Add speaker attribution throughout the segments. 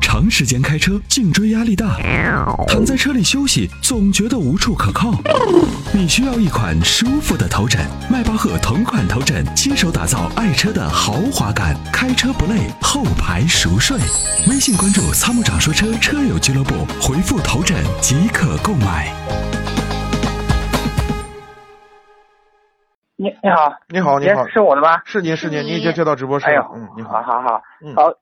Speaker 1: 长时间开车，颈椎压力大，躺在车里休息总觉得无处可靠。你需要一款舒服的头枕，迈巴赫同款头枕，亲手打造爱车的豪华感，开车不累，后排熟睡。微信关注“参谋长说车”车友俱乐部，回复“头枕”即可购买。
Speaker 2: 你你好，
Speaker 3: 你好，哦你
Speaker 2: 今
Speaker 3: 好
Speaker 2: 天，是我的吗？
Speaker 3: 是您是您，
Speaker 4: 你
Speaker 3: 您已经接到直播室
Speaker 2: 哎呦
Speaker 3: 了。嗯，你
Speaker 2: 好
Speaker 3: 好，
Speaker 2: 好好
Speaker 3: 嗯
Speaker 2: 好，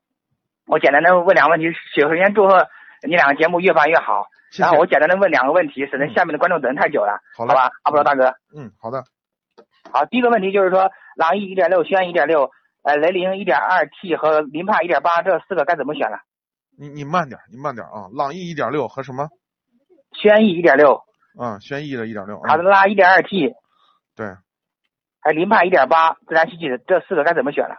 Speaker 2: 我简单的问两个问题，首先祝贺你两个节目越办越好。
Speaker 3: 谢
Speaker 2: 然后我
Speaker 3: 谢。
Speaker 2: 简单的问两个问题，省得
Speaker 3: 嗯
Speaker 2: 下面的观众等太久了，
Speaker 3: 好嘞
Speaker 2: 吧？阿布罗大哥，
Speaker 3: 嗯，好的。
Speaker 2: 好，第一个问题就是说，朗逸一点六、轩逸一点六、呃，雷凌一点二 T 和凌派一点八这四个该怎么选了？
Speaker 3: 你你慢点，你慢点啊！朗逸一点六和什么？
Speaker 2: 轩逸一点六、
Speaker 3: 嗯，轩逸的一点六。
Speaker 2: 卡罗拉一点二 T，
Speaker 3: 对，
Speaker 2: 还有凌派一点八自然吸气的这四个该怎么选了？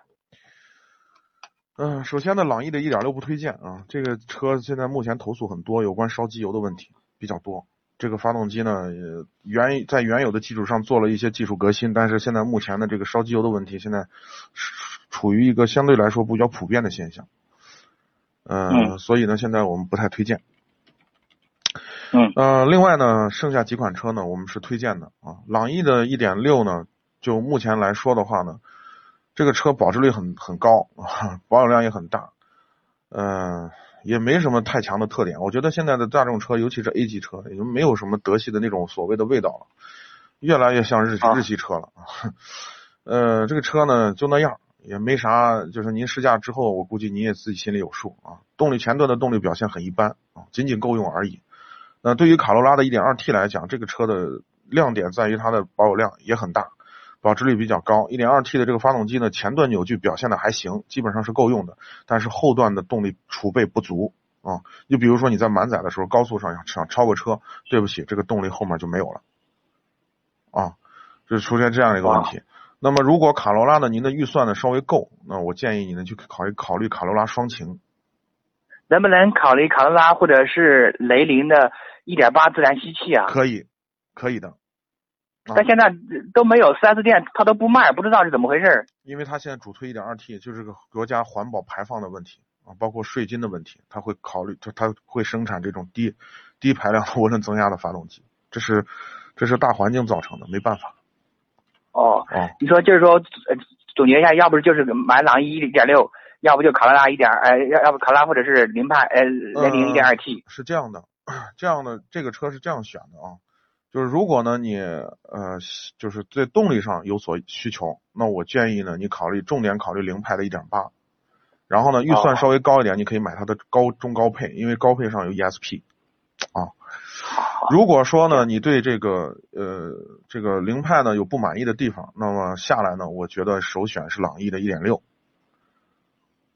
Speaker 3: 嗯、首先呢，朗逸的一点六不推荐啊，这个车现在目前投诉很多，有关烧机油的问题比较多。这个发动机呢，也原在原有的基础上做了一些技术革新，但是现在目前的这个烧机油的问题，现在处于一个相对来说比较普遍的现象。嗯，
Speaker 2: 嗯
Speaker 3: 所以呢，现在我们不太推荐。
Speaker 2: 嗯
Speaker 3: 呃，另外呢，剩下几款车呢，我们是推荐的啊。朗逸的1.6呢，就目前来说的话呢，这个车保值率很很高啊，保有量也很大，嗯、也没什么太强的特点。我觉得现在的大众车，尤其是 A 级车，也就没有什么德系的那种所谓的味道了，越来越像日系、
Speaker 2: 啊
Speaker 3: 日系车了。呃，这个车呢就那样，也没啥，就是您试驾之后，我估计您也自己心里有数啊。动力前段的动力表现很一般啊，仅仅够用而已。那对于卡罗拉的 1.2T 来讲，这个车的亮点在于它的保有量也很大，保值率比较高。1.2T 的这个发动机呢，前段扭矩表现的还行，基本上是够用的，但是后段的动力储备不足啊。就比如说你在满载的时候，高速上想想超个车，对不起，这个动力后面就没有了啊，就出现这样一个问题。那么如果卡罗拉呢，您的预算呢稍微够，那我建议你呢去考虑考虑卡罗拉双擎。
Speaker 2: 能不能考虑卡罗拉或者是雷凌的一点八自然吸气啊？
Speaker 3: 可以，可以的，啊
Speaker 2: 但现在都没有 4S 店，他都不卖，不知道是怎么回事儿。
Speaker 3: 因为它现在主推一点二 T，就是个国家环保排放的问题啊，包括税金的问题，它会考虑，它它会生产这种低低排量的涡轮增压的发动机，这是这是大环境造成的，没办法
Speaker 2: 哦，
Speaker 3: 啊。
Speaker 2: 你说就是说，呃，总结一下，要不就是买朗逸一点六，要不就卡罗拉一点，呃，要要不卡罗拉或者是凌派，呃，
Speaker 3: 嗯
Speaker 2: 雷凌一点二 T。
Speaker 3: 是这样的，这样的这个车是这样选的啊，就是如果呢你呃就是对动力上有所需求，那我建议呢你考虑重点考虑凌派的一点八，然后呢预
Speaker 2: 哦
Speaker 3: 算稍微高一点，你可以买它的高中高配，因为高配上有 ESP 啊。如果说呢你对这个呃这个凌派呢有不满意的地方，那么下来呢我觉得首选是朗逸的一点六。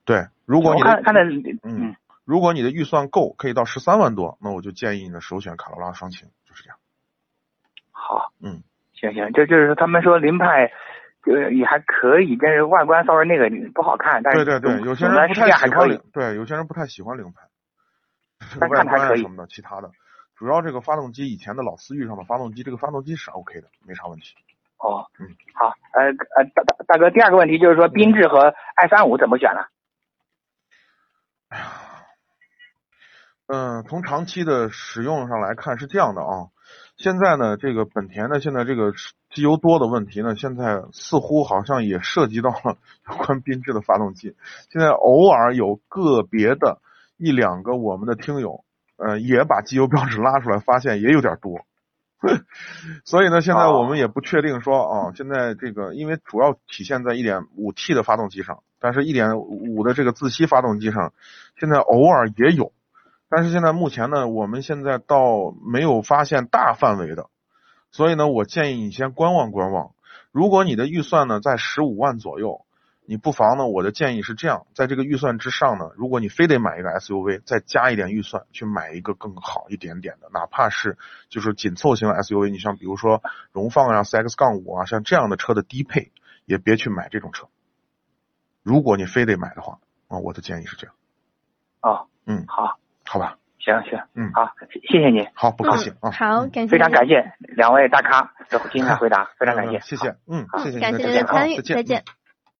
Speaker 3: 对，如果你
Speaker 2: 我
Speaker 3: 的
Speaker 2: 看看的，
Speaker 3: 嗯
Speaker 2: 嗯，
Speaker 3: 如果你的预算够，可以到十三万多，那我就建议你呢首选卡罗拉双擎，就是这样。
Speaker 2: 好，
Speaker 3: 嗯，
Speaker 2: 行行，这就是他们说凌派。呃，也还可以，但是外观稍微那个不好看，但是
Speaker 3: 对对对，
Speaker 2: 总
Speaker 3: 有些
Speaker 2: 总的
Speaker 3: 人不
Speaker 2: 试
Speaker 3: 太
Speaker 2: 驾还
Speaker 3: 喜欢
Speaker 2: 可以
Speaker 3: 领，，对，有些人不太喜欢领牌，
Speaker 2: 但
Speaker 3: 外
Speaker 2: 看着还
Speaker 3: 观啊
Speaker 2: 可以
Speaker 3: 什么的，其他的，主要这个发动机以前的老思域上的发动机，这个发动机是 OK 的，没啥问题。
Speaker 2: 哦，
Speaker 3: 嗯，
Speaker 2: 好，呃呃，大大大哥，第二个问题就是说，缤智和 i 三五怎么选呢？
Speaker 3: 嗯，从长期的使用上来看是这样的啊，现在呢，这个本田呢，现在这个机油多的问题呢，现在似乎好像也涉及到了有关缤智的发动机。现在偶尔有个别的一两个我们的听友，呃，也把机油标志拉出来，发现也有点多。 所以呢，现在我们也不确定说啊，现在这个因为主要体现在一点五 T 的发动机上，但是一点五的这个自吸发动机上，现在偶尔也有。但是现在目前呢，我们现在倒没有发现大范围的，所以呢，我建议你先观望观望。如果你的预算呢在十五万左右，你不妨呢，我的建议是这样，在这个预算之上呢，如果你非得买一个 SUV，再加一点预算去买一个更好一点点的，哪怕是就是紧凑型的 SUV，你像比如说荣放啊、CX 杠五啊，像这样的车的低配，也别去买这种车。如果你非得买的话，啊，我的建议是这样，
Speaker 2: 哦，
Speaker 3: 嗯
Speaker 2: 好，
Speaker 3: 好吧？
Speaker 2: 行行，
Speaker 3: 嗯
Speaker 2: 好，谢谢你，
Speaker 3: 好，不客气
Speaker 4: 嗯
Speaker 3: 啊。
Speaker 4: 好，
Speaker 3: 嗯
Speaker 4: 感谢，
Speaker 2: 非常感。谢两位大咖的精彩回答，非常感
Speaker 3: 嗯
Speaker 2: 谢，
Speaker 3: 谢谢，嗯
Speaker 4: 好，
Speaker 3: 谢谢您
Speaker 4: 感
Speaker 3: 的参与
Speaker 4: 谢您的
Speaker 3: 啊
Speaker 4: 参与，
Speaker 3: 再见，
Speaker 4: 再见。